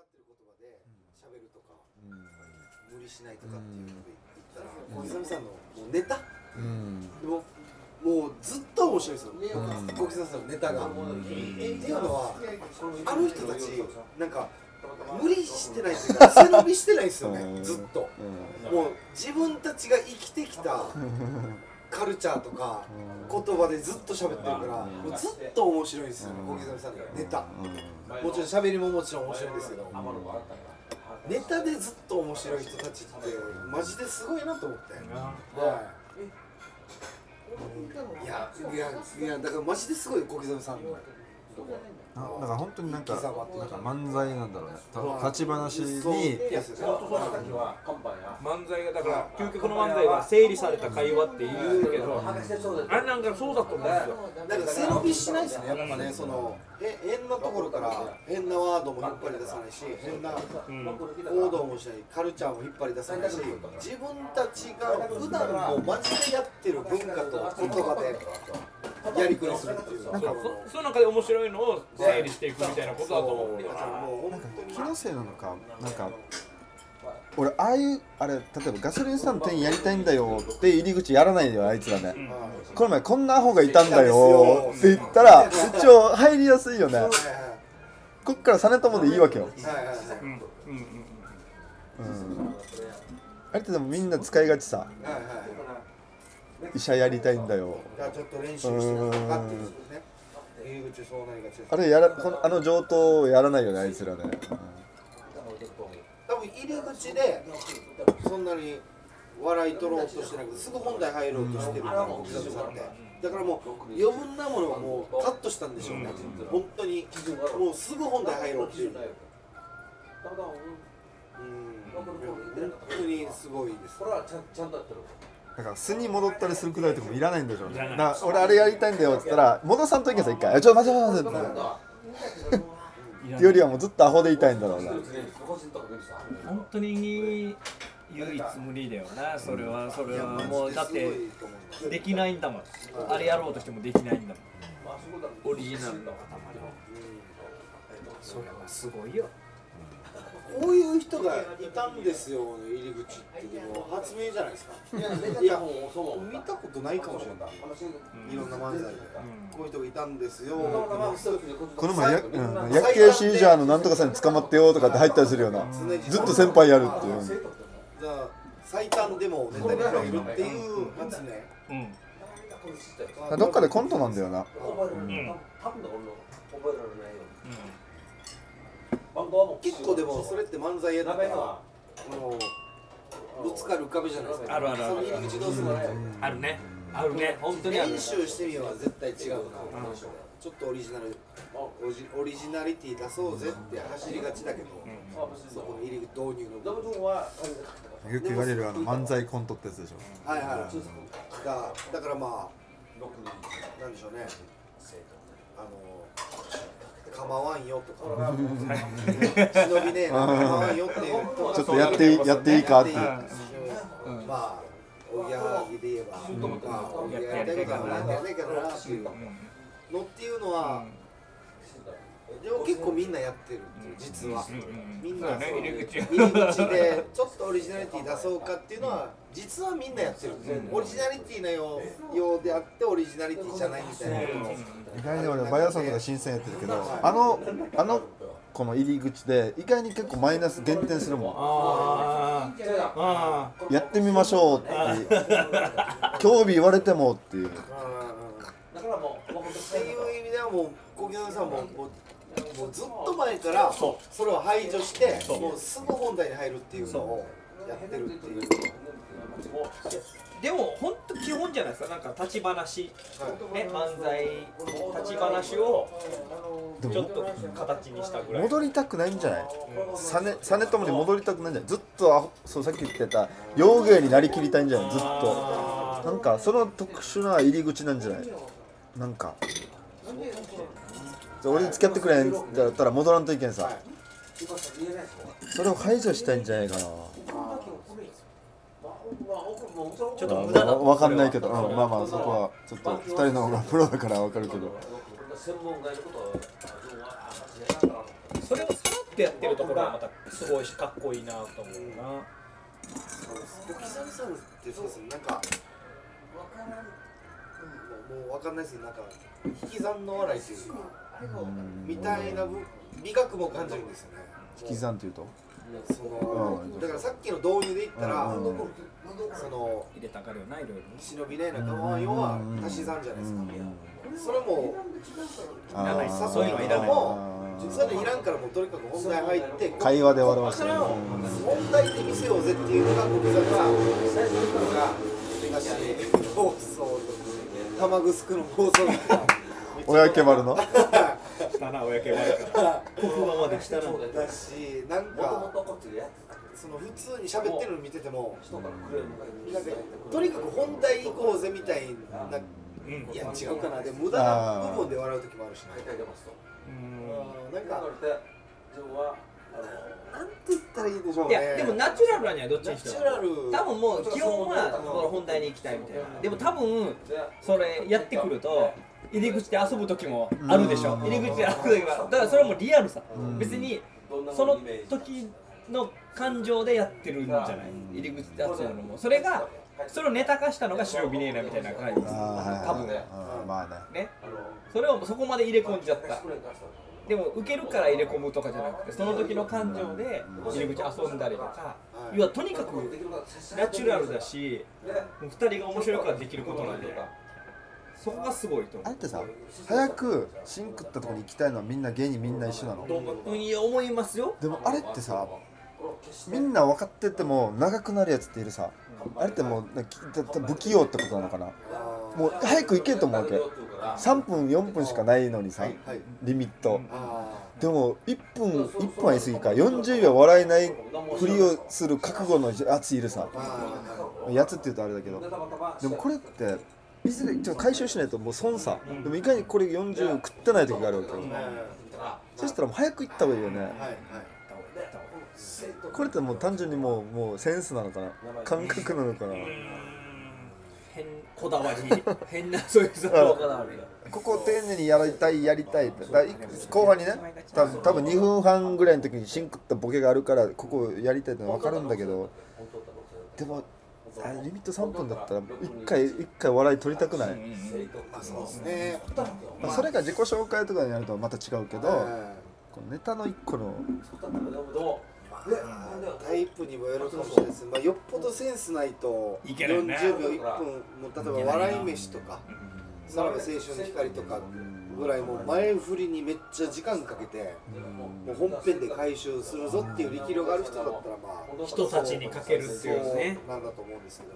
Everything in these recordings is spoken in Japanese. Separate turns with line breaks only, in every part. で喋るとか
うん
無理しないとかっていうので言ったら小刻さんのもうネタ
うん
もうもうずっと面白いですよ
うん
小刻さんのネタが。っていうのはあの人たちなんか無理してないっていうか背伸びしてないですよ
う
ね
ん
ずっと。
う
もう自分たちが生きてきた
ん
カルチャーとか言葉でずっと喋ってるから
うん
もうずっと面白いですよね小刻さんのネタ。もちろん喋りももちろん面白いんですけどネタでずっと面白い人たちってマジですごいなと思ってはいいやいやいやだからマジですごい小刻みさんの
なだから本当になんか
生き様っていう
なん
か
か漫才なんだろうねた
はい
立ち話
そう
に
いやそう
漫才がだから究極の漫才は整理された会話って言うけどあれなんかそうだと思うんですよ
なんか背伸びしないですねやっぱねそのえ変なところから変なワードも引っ張り出さないし変な行動もしないカルチャーも引っ張り出さないし自分たちが普段もうマジでやってる文化と言葉でやりくりするっていう
そうそその中で面白いのを整理していくみたいなことだと思うんだよな
もう
な
本
んか
当に
気のせいなのかなんか俺ああいうあれ例えばガソリンスタンド店やりたいんだよって入り口やらないよあいつらね
はい
この前こんなアホがいたんだよって言ったら一応入りやすいよねこっから実朝でいいわけよ、
はいはい
うんうんうん
うん、あれってでもみんな使いがちさ
はいはい
医者やりたいんだよ
がちょっと練習してなかったっていうことですね。入り口そうなりがちです。
あれやらこのあの上等をやらないよねあいつらね、
多分入り口でそんなに笑い取ろうとしてなくてすぐ本題入ろうとしてるから小刻みさんって。だからもう余分なものはもうカットしたんでしょうね。本当にもうすぐ本題入ろうっていう。うん本当にすごいです。
だから素に戻ったりするくらいとかもいらないんでしょうね
いらない
な俺あれやりたいんだよって言ったら戻さんといけさ一回あ「ちょっと待って待って待って」って
うん
ってよりはもうずっとアホでいたいんだろうな
本当に唯一無二だよなそれはそれはもうだってできないんだもんあれやろうとしてもできないんだもんオリジナルの塊それはすごいよ
こういう人がいたんですよ入り口っていうのは発明じゃないですか。いや見たことないかもしれない。いろんな漫才で。こういう人がいたんですよ。
この前や、うん、薬系シージャーのなんとかさんに捕まってよとかって入ったりするようなずっと先輩やるっていう
だから最短でもネタにがいるっていう発明。
うん
どっかでコントなんだよな
結構でもそれって漫才やったらもうぶつかる壁じゃないですか。
あるあるある
その入り口どうするの？
あるねあるね本当にある
練習してみようは絶対違うな。ちょっとオリジナルオジオリジナリティ出そうぜって走りがちだけど、そこの入り口導入の部分。
よく言われるあの漫才コントってやつでしょ
はいはい。だだからまあなんでしょうね。あの構わんよとか、忍びねえな構わんよっていうと
ちょっとやっていやっていいかっていう
うんまあおぎやはぎで言えば、まあおぎややりたいけどなやりたいけどなっていうのっていうのは、でも結構みんなやってるっていう実は、みんな
そうだね
そう
入り口
入り口でちょっとオリジナリティ出そうかっていうのは実はみんなやってるんですよ、オリジナリティなようようであってオリジナリティじゃないみたいな、
意外に俺バイオソンとか新鮮やってるけどあのあのこの入り口で意外に結構マイナス減点するもん
ああ
やってみましょうって 興味言われてもっていう
っていう意味ではもう小木さんももうもうずっと前からそれを排除してもうすぐ本題に入るっていうのをやってるっていう
でも本当基本じゃないですかなんか立ち話、ね、漫才立ち話を
で
ちょ
も
っと形にしたぐらい
戻りたくないんじゃない実実朝に戻りたくないんじゃないずっとアホそうさっき言ってた洋芸になりきりたいんじゃないずっとなんかその特殊な入り口なんじゃないなんか俺に付き合ってくれんって言ったら戻らんといけんさそれを排除したいんじゃないかな
ちょっと無駄だと思う
わかんないけど、
それは
うんまあまあそこはちょっと2人の方がプロだからわかるけど
それをさらっとやってるところがまたすごいしかっこいいなと思うな。
そうです僕久々ってそうですねなんかうんもうわかんないですけどなんか引き算の笑いっていうかみたいなぶ美学も感じるんですよね
引き算というと
その
うん
だからさっきの導入で言ったら、
うんうん
その
入れたがるよな、いろいろね。
忍びない仲間は要は足し算じゃないですか、それも
あー
いらないそういうのはいらない
あー
実はねいらんからもうとにかく本題入って
会話で終わらせ
こ
る
っからを本題で見せようぜっていうのが僕が最初に言ったのが 東放送と玉ぐすくの放送
親家丸の
汚い親系悪いから。 黒板まで汚い。
だしなんかその普通に喋ってるの見ててもなんかとにかく本題行こうぜみたいな。
うん
いや違うかなで無駄な部分で笑う時もあるしねうんなんかなんて言ったらいいでしょう
い
ね
やでもナチュラルなんじゃないどっちにして
ナチュラル
多分もう基本はこの本題に行きたいみたいなでも多分それやってくると入り口で遊ぶ時もあるでしょ
うん
入り口で遊ぶ時はだからそれはもうリアルさ
ん
別にその時の感情でやってるんじゃない入り口で遊ぶのもそれがそれをネタ化したのが白ビネーラみたいな感じです
あー
多
はい
分ね
あーまあね
それをそこまで入れ込んじゃったでも受けるから入れ込むとかじゃなくてその時の感情で入り口遊んだりとか
はい
要はとにかくナチュラルだしもう2人が面白くはできることなんでそこがすごいと
あれ
思
ってさ早くシンクったとこに行きたいのはみんな芸人みんな一緒なの
ううんいや思いますよ
でもあれってさみんな分かってても長くなるやつっているさあれってもうなんかきたた不器用ってことなのかな
あー
もう早く行けと思うわけ3分4分しかないのにさ
はいはい
リミット
あ
でも1分1分は言い過ぎか40秒笑えないふりをする覚悟のやついるさ
ーあ
やつって言うとあれだけどでもこれっていずれちょっと回収しないともう損さでもいかにこれ40食ってない時があるわけよ
ーはい
そしたらもう早く行った方がいいよね
はい
これってもう単純にもうもうセンスなのかな感覚なのかな
変こだわり 変なそういうそのこだわりが
ここを丁寧にやりたいやりたいってだからい後半にね多分多分2分半ぐらいの時にシンクったボケがあるからここをやりたいってのは分かるんだけどでもあれリミット3分だったら1回1回笑い取りたくない、
まあそうですね
まあ、それが自己紹介とかになるとまた違うけど、
はい
このネタの1個の
タイプにもよるかもしれないです、まあ、よっぽどセンスないと
いけないね
40秒1分もう例えば笑い飯とかさらば青春の光とかぐらいもう前振りにめっちゃ時間かけてもう本編で回収するぞっていう力量がある人だったらまあ
人たちにかけるっていうね
そうなんだと思うんですけど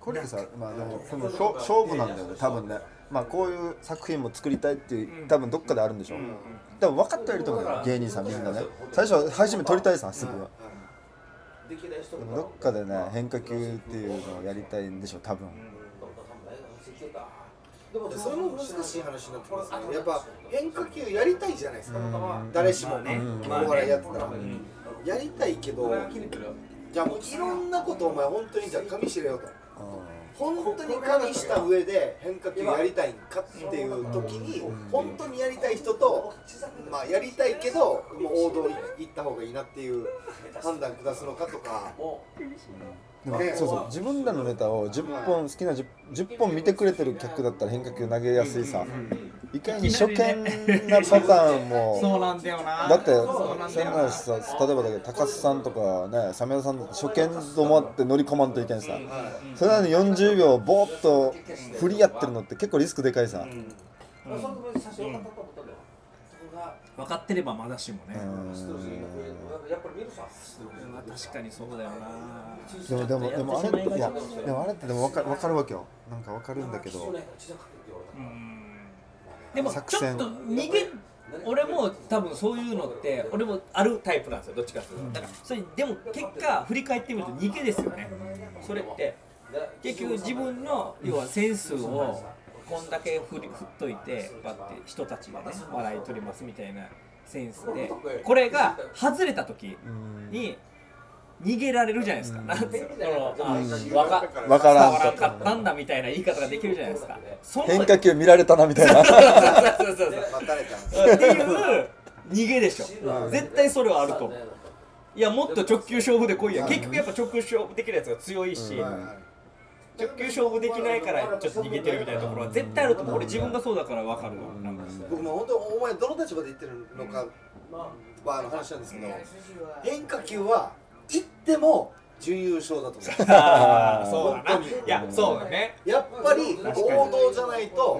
これってさ、まあ、でもその勝勝負なんだよね多分ね、まあ、こういう作品も作りたいっていう多分どっかであるんでしょう、多分分かってはいると思うんだよ芸人さんみんなね最初初め撮りたいさすぐはでもどっかでね変化球っていうのをやりたいんでしょう多分
でそれも難しい話になってきますねやっぱ変化球やりたいじゃないですか誰しもねお笑いやってたらやりたいけどじゃあもういろんなことお前本当にじゃあ噛みしれよと。本当に加味した上で変化球やりたいんかっていう時に本当にやりたい人と、まあ、やりたいけどもう王道いった方がいいなっていう判断下すのかとか
でもそうそう自分らのネタを10本好きな 10, 10本見てくれてる客だったら変化球投げやすいさいかに初見なパターン
そう
も
なんだよな
だって
そうなん
そ
だ
ん
よ
なの
な
さ例えばだけど高須さんとかねサメ田さん初見と思って乗り込まんといけんさそれなのに40秒ボーっと振りやってるのって結構リスクでかいさ
分かってればまだしもね。
うん
確かにそうだよな。
でもでもでもあれいやでもあれってでも分か分かるわけよなんか分かるんだけど
でも
作
ちょっ
戦
と逃げ俺も多分そういうのって俺もあるタイプなんですよどっちかっていうとだからそれでも結果振り返ってみると逃げですよねそれって結局自分の要はセンスをこんだけ振り振っといてバッて人たちがね笑い取りますみたいなセンスでこれが外れた時
うん
に逃げられるじゃないですか、なんていうのそのあわか
分か
伝
らん
わらんか
と
ったんだみたいな言い方ができるじゃないですかそ の
変化球見られたなみたいな
そうそうそうそう
待たれたんです
っていう逃げでしょ
うん
絶対それはあると思ういやもっと直球勝負で来いや結局やっぱ直球勝負できるやつが強いし、
うん
直球勝負できないからちょっと逃げてるみたいなところは絶対あると思う俺自分がそうだから分かるわなんか
僕も本当お前どの立場で言ってるのかはあの話なんですけど変化球は行っても準優勝だと思う
ああそうだないやそうだね
やっぱり王道じゃないと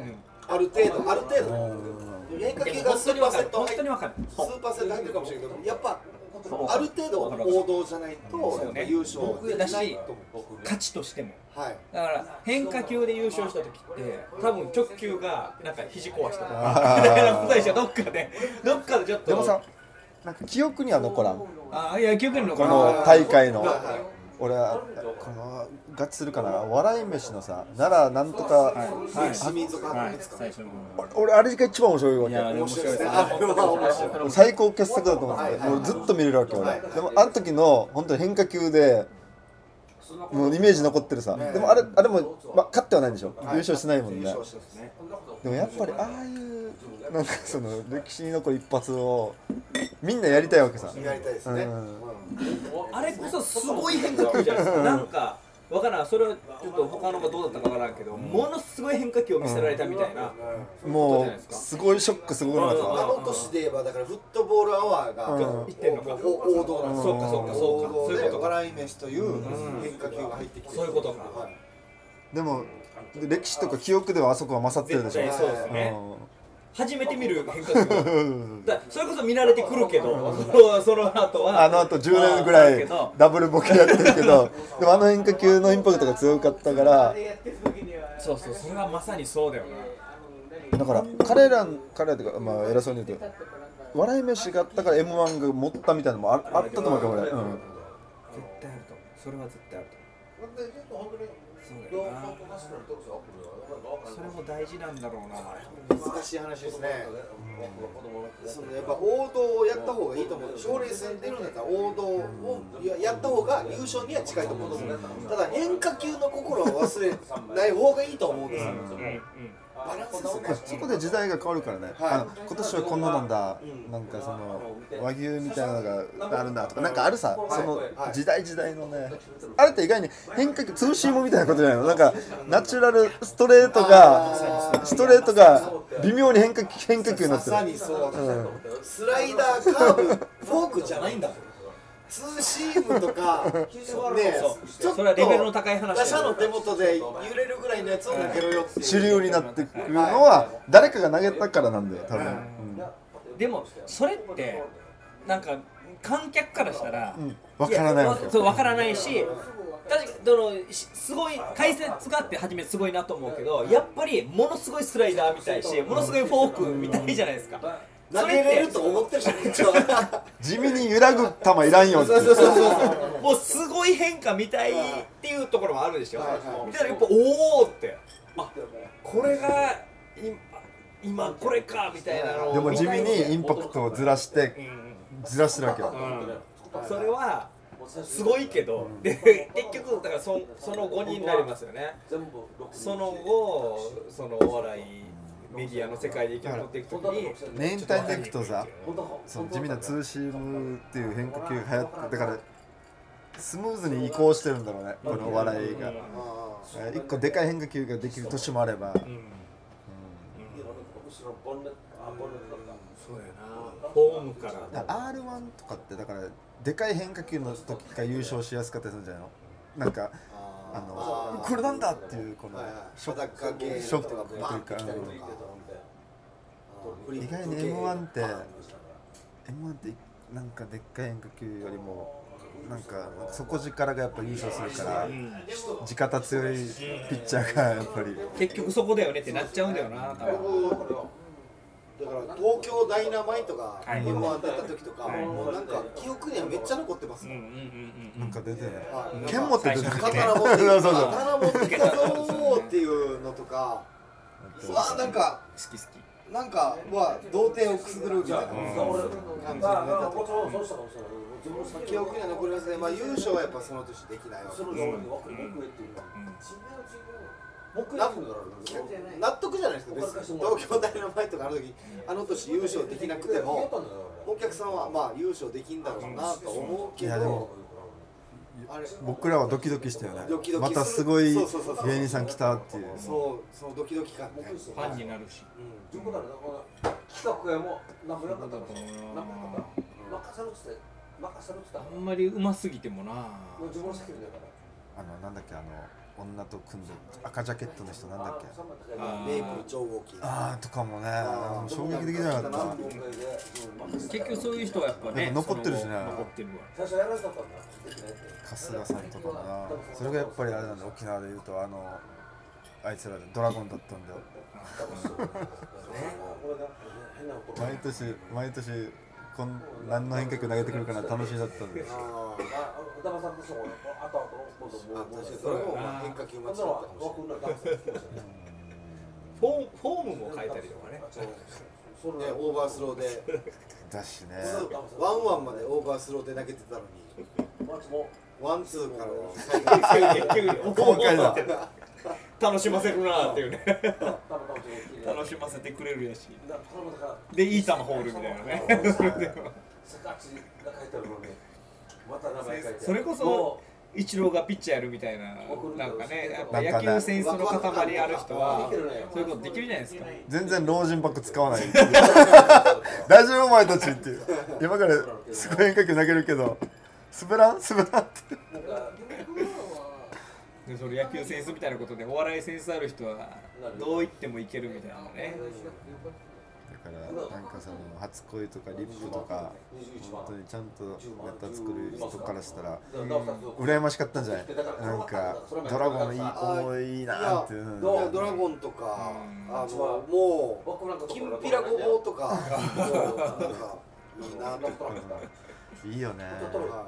ある程度ある程度変化
で
球
も
が
本
ス
当
ー
に
パー
分
セット入
かる本
っ
当に分かる
スーパーセント入ってるかもしれないけどやっぱ
そう
ある程度王道じゃないとやっぱ優勝はできないと思う
勝ちとしても
はい
だから変化球で優勝した時って多分直球がなんか肘壊したとか
あー
だから答えじゃどっかでどっかでちょっと
でもさなんか記憶には残らん
ああ野球界の
この大会の俺はこの合致するかな笑い飯のさ奈良なんとか、
はい市民族博物館
最初の
俺あれが一番面白いわ
面白いですね
面
あれは面白い
け最高傑作だと思って俺ずっと見れるわけ俺でもあの時の本当に変化球でもうイメージ残ってるさでもあれあれも、まあ、勝ってはないんでしょ優勝してないもん
優
ね
勝してますね
でもやっぱりああいうなんかその歴史に残る一発をみんなやりたいわけさ
やりたいですね
うん
うん
あれこそすごい変化球じゃないですかなんかわからんそれはちょっと他のがどうだったかわからんけどものすごい変化球を見せられたみたいな
もうすごいショックすごいな
あ
さ
の年で言えばだからフットボールアワーが
うん
もう
言ってんのか
王道なんです
そっかそっかそうか
王道
そうい
で
うことか
笑い飯という変化球が入ってきて
そういうことか
はい
でも歴史とか記憶ではあそこは勝ってるでしょ
絶対そうですね
うん
初めて見る変化球
うん
だそれこそ見慣れてくるけどそのその後は
あのあと10年ぐら
あるけ
い
ど
ダブルボケやってるけどでもあの変化球のインパクトが強かったから
そうそうそれはまさにそうだよな
だから彼ら彼らっていうかまあ偉そうに言うけど笑い飯があったから m 1が持ったみたいなのもああったと思うけど俺、うん、
絶対あると思うそれは絶対あると思うそうだよなそれも大事なんだろうな
難しい話ですね、そのやっぱ王道をやった方がいいと思う奨励戦出るんだったら王道をややった方が優勝には近いと思うんですよ、ただ変化球の心は忘れない方がいいと思うんですよ、バランスですね
そこで時代が変わるからね、あの今年はこんななんだ、なんかその和牛みたいなのがあるんだとか、なんかあるさ、その時代時代のね、あれって意外に変化球、ツーシームみたいなことじゃないの、なんかナチュラルストレート
あー
が、ストレートが微妙に変化変化球にな
ま
ってる
さ。にそうだ、スライダーカーブフォークじゃないんだもんツーシームとかねちょっ
そ
と
れはレベルの高い話
打者の手元で揺れるぐらいのやつを投げろよっていう
主流になってくるのは誰かが投げたからなんだよ多分、うん
でもそれってなんか観客からしたら、
うん、分からないわけ
や
よ
そうわからないし確かにそのしすごい解説があって初めすごいなと思うけどやっぱりものすごいスライダーみたいしものすごいフォークみたいじゃないですか
投
そ
げ
れって
れると思ってるじゃないですか
地味に揺らぐ球いらんよっていう
もうすごい変化みたいっていうところもあるでしょ
はいはい
見たらやっぱおおってあこれが今今これかみたいなのを
でも
見
地
た
味
い
にインパクトをずらしてずらしてるわけよ
それはすごいけどで結局だからそその5人になりますよねその後そのお笑いメディアの世界で生き残っていくときに
年単でいくとさその地味なツーシームっていう変化球が流行ってだからスムーズに移行してるんだろうねこのお笑いが
あー
一個でかい変化球ができる年もあれば
そうやなホームから
r 1とかってだからでかい変化球の時が優勝しやすかったりするんじゃないのなんかあのこれなんだっていうこの
ショック系
ショック
とか
という
バーンって
か
きたりとか
意外に m 1って m 1ってなんかでっかい変化球よりもなんか底力がやっぱ優勝するから地肩強いピッチャーがやっぱり
結局そこだよねってなっちゃうんだよな多分
だから東京ダイナマイトが
い
m 1だった時とか
はい
もうなんか記憶にはめっちゃ残ってますもん
なんか出てない
はい
剣持って出てない
刀持ってき
そ
た
うそうそう
刀持ってきたぞーっていうのとかうわーなんか
好き好き
なんかは童貞をくすぐるみたいな感じになったとか記憶には残りますねまあ優勝はやっぱその年できないわけですな納得じゃないですか別に東京ダイナマイトがあの時あの年優勝できなくてもお客さんはまあ優勝できんだろうなと思うけ
いやで
ど
も
あれ
僕らはドキドキしたよね
ドキドキ
ます
る
たすごい
そうそうそうそう
芸人さん来たっていう
そうそのドキドキ感ね、
ファンになるし
う
企画やもうなくなかった
だ
か
と
ら
思う
な
な
くなかった任せろっつって任せろっつった
あんまりうますぎてもな
もう自分の責任だか
あ
ら
のなんだっけあの女と組んで赤ジャケットの人なんだっけ
あ
ん、メイプル超大きい
ああとかもね
あー
衝撃的じゃなかっ
どんな
た
んだ
結局そういう人はやっぱ
や
ね
っぱ残ってるしね
その残ってるわ
最初やらなかったんだ
春日さんとかもなそれがやっぱりあれなんだ沖縄でいうとあのあいつらでドラゴンだったんだよ
変なこ
毎年毎年こん何の変化球投げてくるかな楽しみだったんだよ
あー
あ歌間さんこそ後々もう
あ
もう
確かにそれもまあ変化球待ちだったかもしれない
フォーフォームも変えたりとかね
ね、オーバースローで、
だしね
ワンワンまでオーバースローで投げてたのに、ワンツーからの最後
結局
細かいな
楽しませるなーっていうね楽しませてくれるやしでいい球放るみたいなねそれこそイチローがピッチャーやるみたいななんかねやっぱ野球センスの塊ある人はそういうことできるじゃないですか
全然老人バック使わ ない大丈夫お前たちっていう今からすごい変化球投げるけど滑らん滑らんって
でそれ野球センスみたいなことでお笑いセンスある人はどう言ってもいけるみたいなね
だからなんかその初恋とかリップとか本当にちゃんとネタ作る人からしたら羨ましかったんじゃないなんかドラゴンいい思いいいなーっていう
い
の
やドラゴンとか、
うん
あのもう、きんぴらごぼうとか、もうなんか、いいなとか、
いいよね
は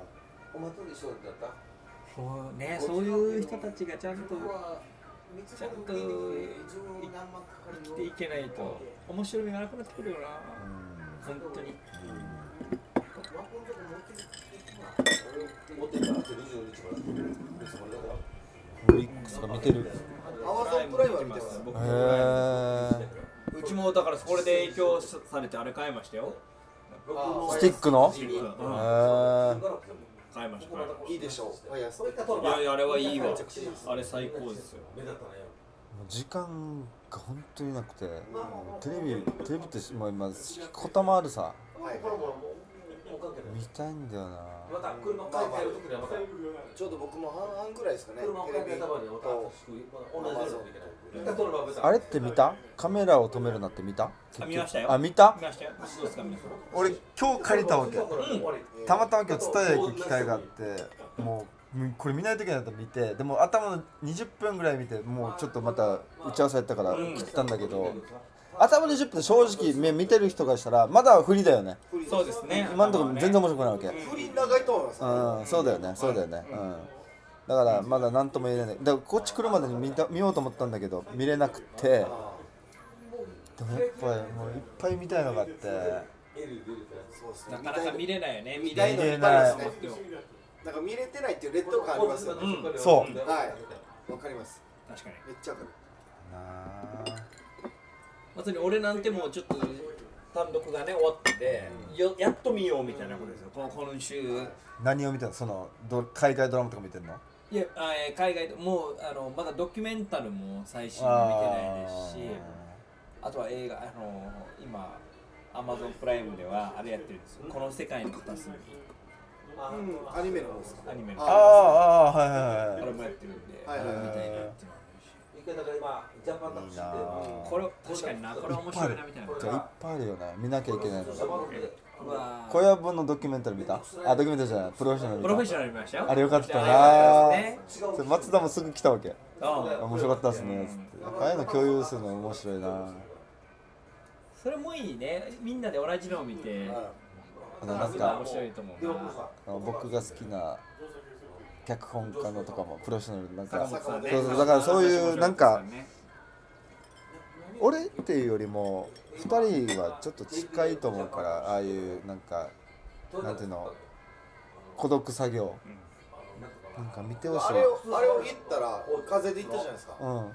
そうねそういう人たちがちゃんと
ちゃんと
生
生
き
き
て
て
い
い
け
け
な
ないい
と
と
面白みがなくなってくるよな
うん
本当に
オリックスが見てる
アマゾンプライムは見てます、
へ
僕、
ー
うちもだからこれで影響されてあれ買いましたよ
スティックのへ
うん
ー
買いました買いまし
いいでしょう、いや、それか
たいやあれはいいわあれ最高ですよ
時間が本当になくてもうテレビテレビってもう今こたまあるさ
はいはい
見たいんだよな
また車を買い替える時にはまた
ちょうど僕も半々ぐらいですかね、
車を
テ
買い
レ
替え
ビ
た場合にまた
と、
同じようにいけない
あれって見たカメラを止めるなって見た結
あ
局
見ましたよ
あ見た
見ましたよどうですか皆さん
俺今日借りたわけ
えー
たまたま今日蔦屋行く機会があってもううんこれ見ないといけないと見てでも頭の20分ぐらい見てもうちょっとまた打ち合わせやったから切ったんだけど頭の20分正直目見てる人からしたらまだ不利だよね
不利
そうですね
今のところ全然面白くないわけ
不利長いと思います、
うん、そうだよね、そうだよね。うん。だからまだ何とも言えない。だからこっち来るまでに見た見ようと思ったんだけど見れなくて、でもやっぱりもういっぱい見たいのがあって、
そうですね
なかなか見れないよね見
たい
のいっぱいあ
な
るん
ん
ですよ
か見れてないっていう劣等感ありますよね。
そう。
はい、わかります。
確かに
めっちゃわかる。
なあ
まさに俺なんてもうちょっと単独がね終わってよやっと見ようみたいなことですよこの今週
何を見たの？そのど海外ドラマとか見てんの？
いやあえー海外でもうあのまだドキュメンタルも最新も見てないですしあとは映画あの今アマゾンプライムではあれやってるんですよこの世界の片隅
うん、アニメの方ですか。
アニメの
あー
あ
あーあーはい
あ
はい
れ
はい。
もやってるんで、
はいはい
あれみたいなっていうのもあるし
いいなあ。
これ確かになこれ面白いなみたいな
じゃあいっぱいあるよね。見なきゃいけないのが。
うわー
小籔のドキュメンタリー見た？あドキュメンタリーじゃない。プロフェッショナル
プロフェッ
見
ショナル見ましたよ
た。あれよかったな
あ
あ
れよかったですね。
それ松田もすぐ来たわけ。
あ
あ面白かったですねつってああいうの共有するの面白いな
それもいいねみんなで同じのを見て
あのなんか
面白いと思うな
あの僕が好きな脚本家のとかもプロフェッショナルでなん
坂
か
本さんね
そうそうだからそういうなんか俺っていうよりも2人はちょっと近いと思うからああいうなんかなんていうの孤独作業なんか見てほしい
れを、あれを言ったら、風邪で言ったじゃないですか。
うん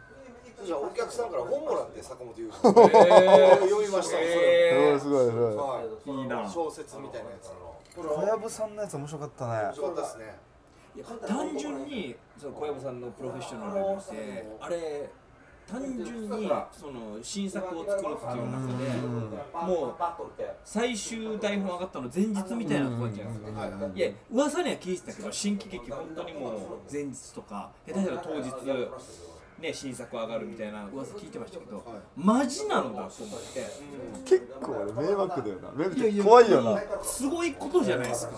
そしたらお客さんから本もらって坂本雄二の 読みましたもんそれ
すごいすごいす
も
ごい
はい
いな
小説みたいなやつ
小籔さんのやつ面白かった
面
ね
白かったですね
いや単純にその小籔さんのプロフェッショナルを見てあれ単純にその新作を作るっていう中でもう最終台本上がったの前日みたいなとこやったじゃないですか
はいはい
いや噂には聞いてたけど新喜劇本当にもう前日とか下手したら当日ね新作上がるみたいな噂聞いてましたけどマジなのだと思って
結構あれ迷惑だよな迷惑
い
っ
やい
て
や
怖いよな
すごいことじゃないですか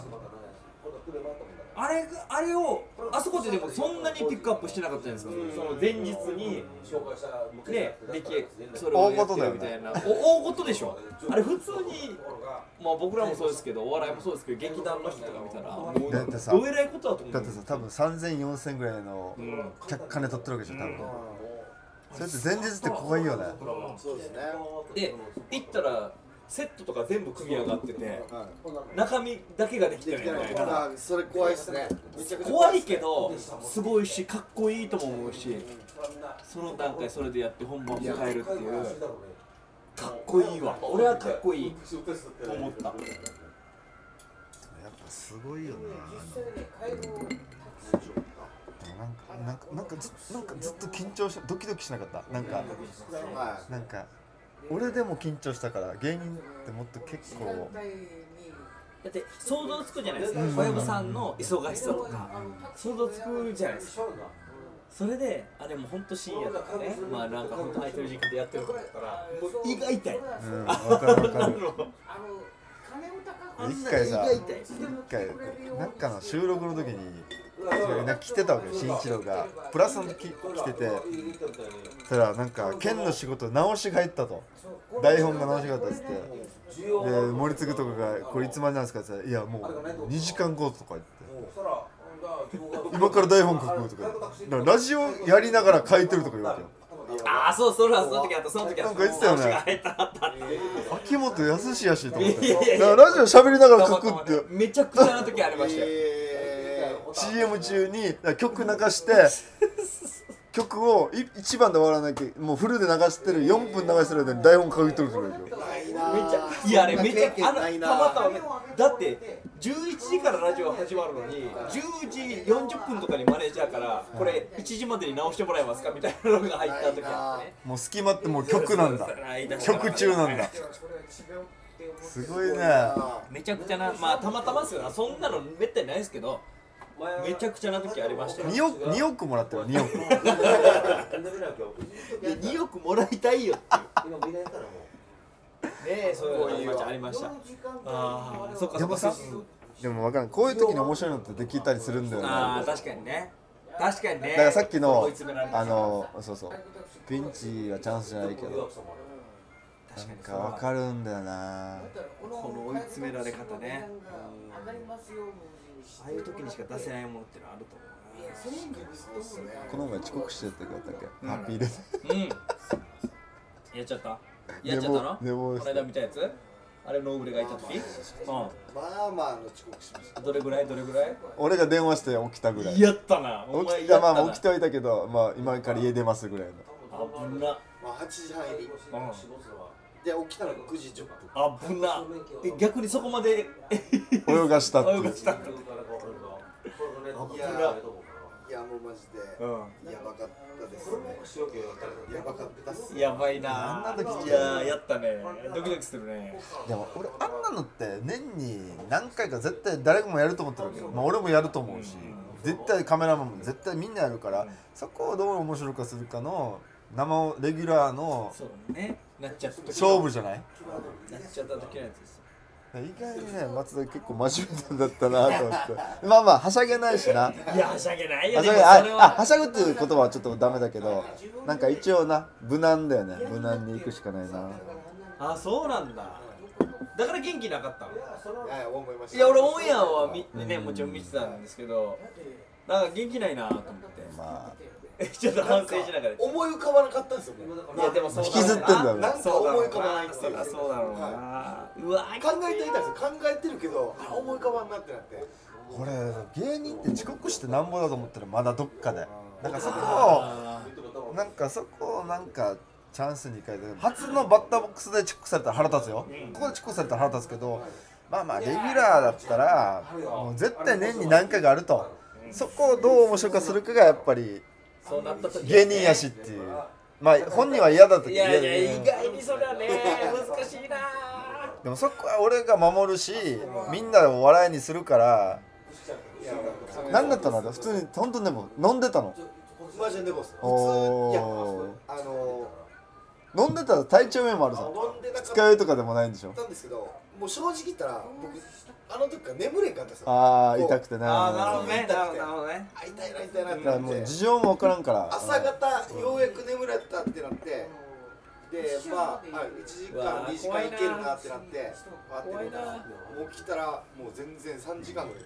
あれがあれをあそこででもそんなにピックアップしてなかったじゃないですかその前日にねできそれをやってるみたいなお大事でしょあれ普通にまあ僕らもそうですけどお笑いもそうですけど劇団の人とか見たらもう
だってさ
どえらいことだと思う
だってさ多分30004000ぐらいの
うん
客金取ってるわけでしょ多分それって前日って怖いよね
そうですね
で行ったらセットとか全部組み上がってて
は
中身だけができ
いで
て
き
る
てな
みたい
い
な
あそれ怖いですねめちゃくちゃ
怖い
っす
けどすごいしかっこいいとも思うしその段階それでやって本番迎えるっていうかっこいいわ俺はかっこいいと思った
やっぱすごいよななんかなんかなんかずなんかずっと緊張しドキドキしなかったなんか
は
なんか俺でも緊張したから芸人ってもっと結構
だって想像つくじゃないですか小籔さんの忙しさとか想像つくじゃないですかそれであれも本当深夜とかねまあなんか本当空いてる時間でやってるとかだったらもう胃が痛い
うんわかるわかる一回さ
胃が痛い
一回なんかの収録の時になんか来てたわけよ新一郎がプラスの時来ててそしたらなんか県の仕事直しが入ったと台本が直しが入ったっつってで森次とかが「これいつまでなんですか?」って言ったら「いやもう2時間後」とか言って「今から台本書く」とか言ってだからラジオやりながら書いてるとか言うわけよ
ああそうそれはその時あったその時あ
な
っ
ん
た
か言ってたよ
足が
ね
入った
秋元康やしと思っ
いやいや
て
い
だか
や
らラジオ喋りながら書くって
めちゃくちゃな時ありましたよ
え
CM 中にだから曲流 して曲を1番で終わらなきゃもうフルで流してる4分流してる間に台本書いてるとか言うわけよ
ーない
め
な
ちゃいやあれめちゃあの
ないな
たまたまだって11時からラジオ始まるのに10時40分とかにマネージャーからこれ1時までに直してもらえますかみたいなのが入った時あってね
もう隙間ってもう曲なんだ曲中なんだすごいね
めちゃくちゃなまあたまたまですよなそんなのめったにないですけどめちゃくちゃな時ありましたよ
2億2億もらってる2億
いや2億もらいたいよっていうねえそういうのがありましたああそっかそっかそっか
でも分からんこういう時に面白いのってできたりするんだよね
ああ確かにね確かにね
だからさっき
追
の
い詰められた
あのそうそうピンチはチャンスじゃないけどなんか分かるんだよな
この追い詰められ方ねああいう時にしか出せないものってのはあると思
この前遅刻してって言ったっけ、ハッピーで
ううんやっちゃったやっちゃったの
寝坊寝坊
この
して
間見たやつあれノーブレがいた時
まあまあの遅刻しました
うんどれぐらいどれぐらい
俺が電話して起きたぐらい
やったなお前
起きた
やっ
ま
たな
あ起きてはいたけどまあ今から家出ますぐらいの
危な
まあ8時半入りで起きたのが9時10分
危なえ逆にそこまで
泳がしたってい
泳
う
がしたんだ
いやもうマジで
う
やばかったですねやばかったっす
ん やばいな
あんな時
いややったねドキドキするね
でも俺あんなのって年に何回か絶対誰もやると思ってるわけど、まあ、俺もやると思うし絶対カメラマンも絶対みんなやるからそこをどう面白くするかの生をレギュラーの
そうねなっちゃった時の
勝負じゃない
なっちゃった時のやつです
意外にね松田結構真面目なんだったなと思ってまあまあはしゃげないしない
やはしゃげないよ
はし
で
ゃげ
もそれ
ああ
は
はしゃぐっていう言葉はちょっとダメだけどなんか一応な無難だよね無難に行くしかないな
あそうなんだだから元気なかったの
はい思いました
いや俺オンエアはみ、ね、もちろん見てたんですけどなんか元気ないなと思って
まあ
えちょっと反省しながらい
思い浮かばなかったんですよもう
やでもそうだろうな
引きずってんだよね
なんか思い浮かばないって
そ
いう
だそうだろうな、
は
うわ
い考えていたんですよ考えてるけどあ思い浮かばんなってなって
これ芸人って遅刻してなんぼだと思ったらまだどっかでだからそこをなんかそこをなんかチャンスに変えて初のバッターボックスでチェックされたら腹立つよ、ここでチェックされたら腹立つけどまあまあレギュラーだったらもう絶対年に何回かあるとそこをどう面白くするかがやっぱり
そうなった時はね
芸人やしっていうまあ本人は嫌だったけど
いやいや
嫌だ
意外にそれはね難しいな
でもそこは俺が守るしみんなを笑いにするから何だったのあれ普通に本当にでも飲んでたの
マジでボス普
おー
通いやあの
飲んでたら体調面もあるさ
飲んでなか
二
っ
日酔いとかでもないんでしょ
たんですけどもう正直言ったら僕あの時から眠れんかったんですよ
ああ痛くて
あーなる
な
ほどねなるほどなるほどね
あ痛いな痛いなって
だから
な
もう
って
事情も分からんから
朝方ようやく眠れたってなってでまあはい1時
う
間
わー
2時間いけるなってなってわーって
怖いな
もう起きたらもう全然3時間ぐらい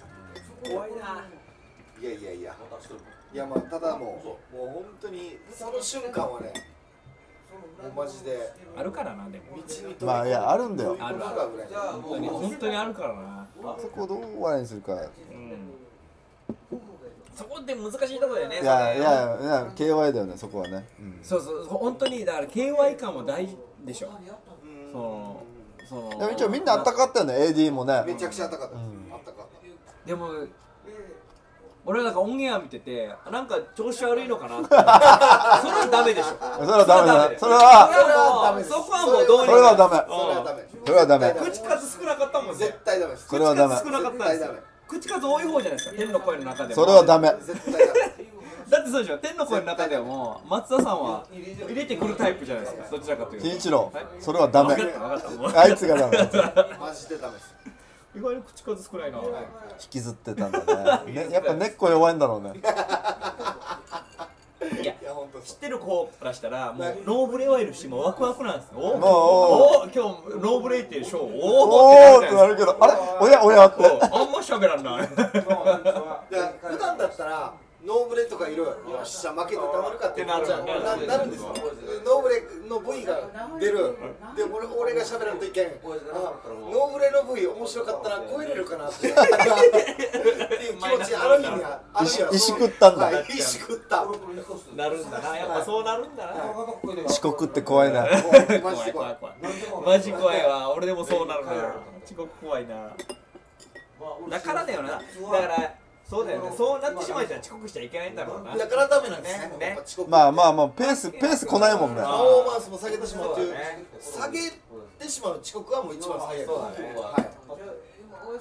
経って
怖いない
やいやいやいやまあただもうもう本当にその瞬間はねもうマジで
あるからなで
道
も
に飛び込む
まあいやあるんだよ
飛び込むかぐらい
あもう
本当にあるからな
そこをどう笑いにするか
うんそこって難しいとこだよね
いや
それ
いやいや KY だよねそこはね、うん
そうそう本当にだから KY 感も大事でしょ
うん
そのその
でも一応みんなあったかったよね AD もね
めちゃくちゃ暖かかったです
うん
暖かかった
でも俺なんかオンエア見ててなんか調子悪いのかな ってそれはダメでしょ
それはダメだねそれ
そ
は
れは
それはダメ
もう
です
そこはもうどう
そ
にか
れはダメ
それはダメ
それはダメ
口数少なかったもんね
絶対ダメです
それはダメ
口数少なかったんですよ
絶対ダメ
口数多い方じゃないですか天の声の中で
そ
も
れはダメ
絶対ダメ
だってそうでしょ天の声の中でも松田さんは入れてくるタイプじゃないですかどちらかというと
金一郎それはダメ
分かった分かったもう
あいつがダメ
マジでダメです
意外に口数少ないな
引きずってたんだねねやっぱ根っこ弱いんだろうね
いや本当
知ってる子からしたらもうノーブレはいるしもうワクワクなんですよお
もうお
お今日ノーブレイっていうショーお
お
お
おってなるけどあれおやおやって
あんま喋らんな
だから普段だったらノーブレとかいろいろよっしゃ負けてたまるかって
ってなる
じゃあななるんですよノーブレの部位が出るで俺俺が喋らんといけんあノーブレの部位面白かったな超えれるかなってっていう気持ちある意味はある意味は
石石食ったんだ
はい石食ったも
なるんだ なやっぱそうなるんだな
遅刻って怖いな
うマジで怖
怖い
い
怖い怖いマジ怖いわ俺でもそうなるな遅刻怖いなだからだよなだからそうだよねそうなってしまいじゃ遅刻しちゃいけないんだろうな
だからダメなんですよ
ね
やっぱ遅刻
まあまあまあペースペース来ないもんね
パフォーマンスも下げてしまうという下げてしまう遅刻はもう一番最悪
そうだね
はい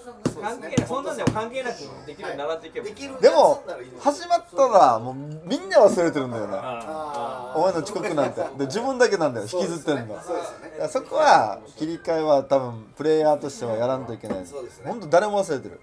そうです
関係
ね
ないそんなんでも関係なくできるように習っていけば
できる
でも
やつならいいのに
始まったらもうみんな忘れてるんだよな
あー
お前の遅刻なんてで自分だけなんだよ引きずってるのだ
そうですよね
からそこは切り替えは多分プレイヤーとしてはやらんといけない
そうですね
本当誰も忘れてる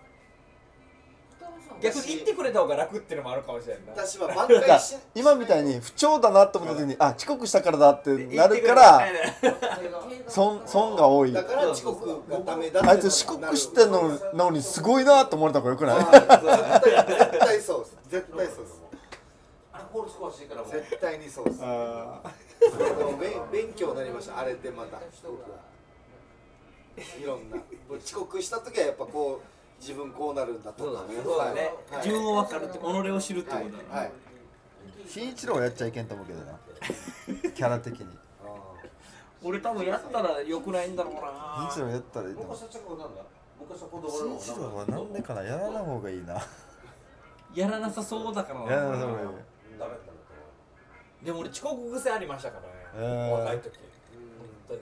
逆に言ってくれた方が楽っていうのもあるかもしれないな
私は挽
だか
回
ら
し
今みたいに不調だなと思った時にあ遅刻したからだってなるか
言
ら
ってくれた方が
損損が多い
だから遅刻がダメだって
あいつ遅刻してんののにすごいなと思われた方がよくない
あー絶対絶対そうです絶対そうです絶対にそうですでも勉勉強になりましたあれでまた僕はいろんな遅刻した時はやっぱこう自分こうなるんだと
そう
か
だねそうだね
はい
自分を分かるって己を知るってこ
は
と
い
だな
はい
新一郎はやっちゃいけんと思うけどなキャラ的に
俺多分やったら良くないんだろうな
新一郎やったらいいと思う新一郎はなんでかなやらない方がいいな
やらなさそうだからな
やらない方がいい
でも俺遅刻癖ありましたからね、
えー
若い時本当に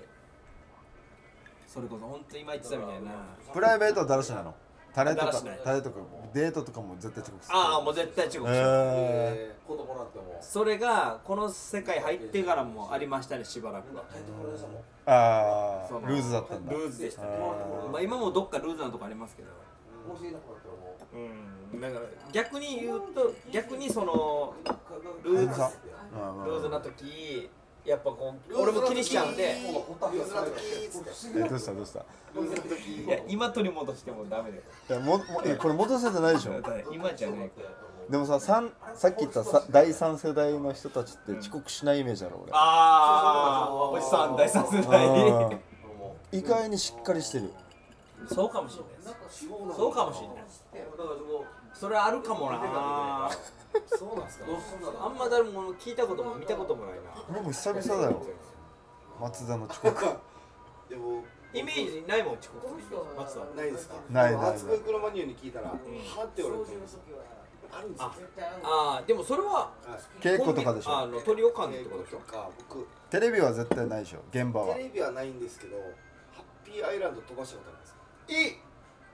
それこそ本当に今言ってたみたいな
プライベートはだらしないのタレと
だ
から
しない
タレとかデートとかも絶対遅刻する
ああもう絶対遅刻しちゃう
え
それがこの世界入ってからもありましたねしばらくは
ー、あ
その
あルーズだったんだ
ルーズでしたね
あ
まあ今もどっかルーズなとこありますけどうんだから逆に言うと逆にそのルーズ
うんうん
ルーズな時やっぱこう
ルーズな時
俺も気にしちゃうんで
ルーズな時っつって
えどうしたどうしたい
ルーズな時
いや今取り戻してもダメだよ
やももいやこれ戻せてないでしょ
だから今じゃないから
でもささんさっき言ったさ第三世代の人たちって遅刻しないイメージだろ俺
ああおじさん大三世代
うん意外にしっかりしてる
そうかもしれないですそうかもしれないそれあるかもなあ
そうなんですか
んま誰も聞いたことも見たこともないな
俺も久々だよ松田の 遅刻
でも
イメージないもん遅刻っていう松田
ないですか
ない
でも
ない
初恋黒マニューに聞いたらはって言われてあるんですか
ああでもそれは
稽古とかでし
あ
ょ
のトリオ感っ
稽
てこと
古
でしょ
とか僕
テレビは絶対ないでしょ現場は
テレビはないんですけどハッピーアイランド飛ばしたことあります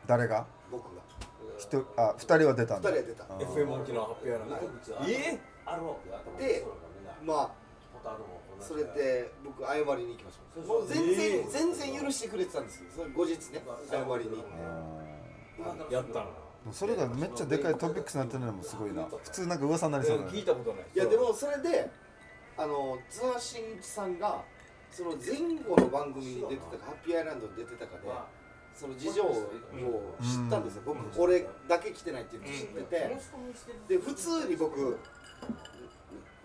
誰が
僕が
人あ二人は出たん
二人は
だ
出た
あー
FM 沖縄発表やらないえ
でまあそれで僕謝りに行きましたもう全然全然許してくれてたんですよそれ後日ね謝りに
あー
ーやったな
もうそれがめっちゃでかいトピックスになってるのもすごいな普通なんか噂になりそうだ
聞い
ね
たことない
いやでもそれであの津波真一さんがその前後の番組に出てたかハッピーアイランドに出てたかでその事情を知ったんですよ、僕俺だけ来てないっていうの知ってて、で普通に僕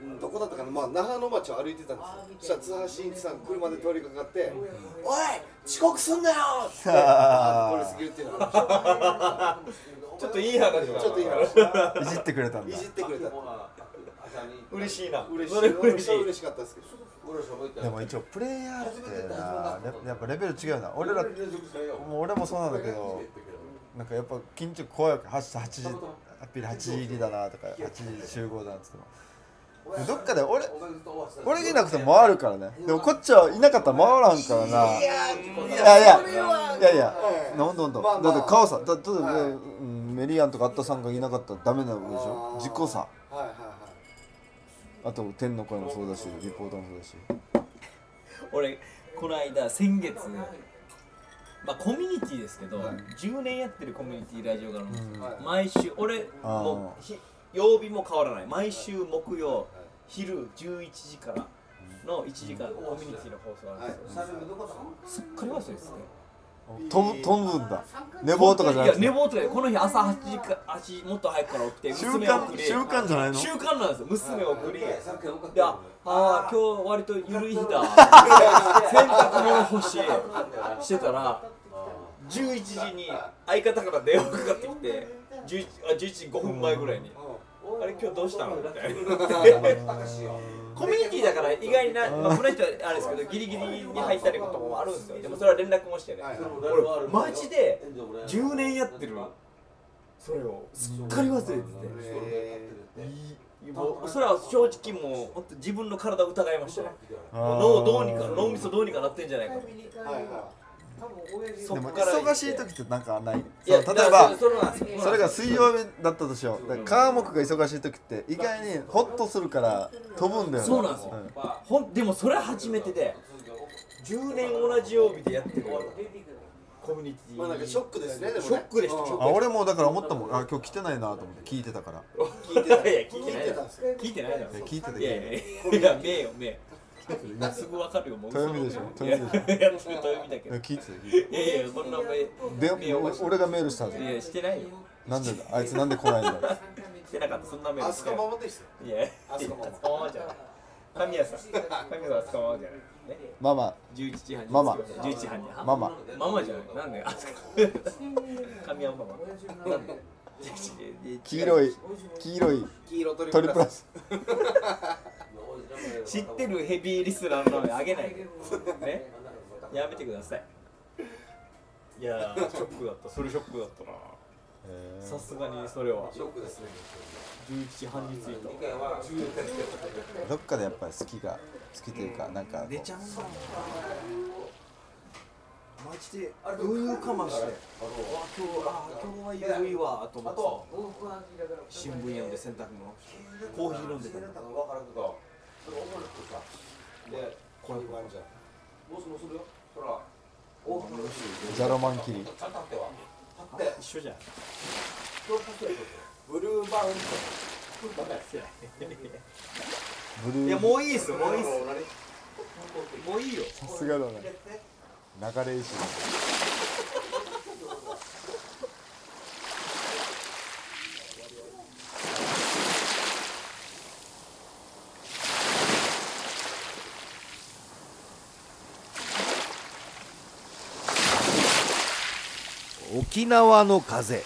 うんどこだったかな、まあ、那覇の町を歩いてたんですよそしたら津波真一さん車で通りかかって「おい遅刻すんなよ!」 ってあー通り過ぎるっていうのが
ちょっといい話だ
ちょっといい話
いじってくれたん
い
だ
じってくれた
嬉しいな
嬉し
そ
い
れ嬉しい
嬉しかったですけど
でも一応プレイヤーってなややっぱレベル違うな俺らもう俺もそうなんだけどなんかやっぱ緊張怖いわけ 8, 8時アピール8時入りだなとか8時集合だなっつってもどっかで俺俺がいなくても回るからねでもこっちはいなかったら回らんからないやいやいやいやなんどんどん
まあまあ
だって顔さだだって、
はい
うんメリアンとかアッタさんがいなかったらダメなわけでしょ自己さ
はいはいはい
あと天の声もそうだしリポーターもそうだし
俺この間先月まあコミュニティですけど、10年やってるコミュニティラジオがあるんですよ、
はい
毎週俺
あー
もうひ曜日も変わらない毎週木曜昼11時からの1時間のコミュニティの放送があるんですよ、すっかり忘れてて
飛ぶ飛ぶんだ寝坊とかじゃなく
いや
て
寝坊とかでこの日朝8時か8もっと早くから起きて
習
娘を送
慣
り
習慣じゃないの
習慣なんですよ娘を送り、で、あ
あ、
あー今日割と緩い日 だ洗濯物干ししてたら11時に相方から電話かかってきて11あ11時5分前ぐらいに「あれ今日どうしたの?」みたいなコミュニティだから意外な、まあ、この人はあれですけどギリギリに入ったりこともあるんですよでもそれは連絡もしてね
はいはい
俺マジで10年やってるそれをすっかり忘れてていもうそれは正直もう本当自分の体を疑いましたね脳どうにか脳みそどうにかなってんじゃないかと
はいは
そ
で
っ
も
から
忙しい時ってなんかない
いや
そ
だ
う例え
から
ば
それそうなんですよ
それが水曜日だったとしようだから川木が忙しい時って意外にホッとするから飛ぶんだよね
そうなんですよ
うん
ほんでもそれ初めてで10年同じ曜日でやってるコミュニテ
い。
ィ
まあなんかショックですね。でもね
ショックでした
うん
ショッ
あ俺もだから思ったもんあ今日来てないなと思って聞いてたから
聞いてないいや聞
聞
いて
い
ない
て
だ
たんです
ろ
よ。
聞いてないだ
いや
ろ
聞いてた聞い
いや
て
いやいや目よ目すぐわかるよもう
た豊美でしょ
い
豊
や
美でし
いやちょっと豊美
ょ
だけ
い
ど
や聞いてた聞いて
いやいやこんな目
たでお俺がメールしたじゃ
いやしてないよ
んなんであいつなんで来ないんだよ
してなかったそんな目
あそこ守ってきて。
いや
あそこ守って。
捕ままじゃない神谷さん神谷さんは捕ままじゃないね
まあまあ
11時半に
ママ
11時半に
ママ
ママじゃないなんであそこ神谷マ マなんで
黄色
い
い黄色い
黄色トリプ
トリプラ
ラス。
ス
知ってるヘビーリスナーの名前あげ ないでねやめてくださいいやーショックだったそれショックだったな さすがにそれは
ショックですね。
11時半に着いた
どっかでやっぱり好きが好きというかなんかこう
寝ちゃうんだもんマジで余裕かましてあ今日あ今日は余裕わと思って新聞読んで洗濯物コーヒー飲んでた
こういう感じだ。
ジャロマンキリ
一緒じゃん
ブルーバウン
ブル
いや
ー
もういいですよもういいですよもういいよ
さすがだね流れ石
ド。沖縄の風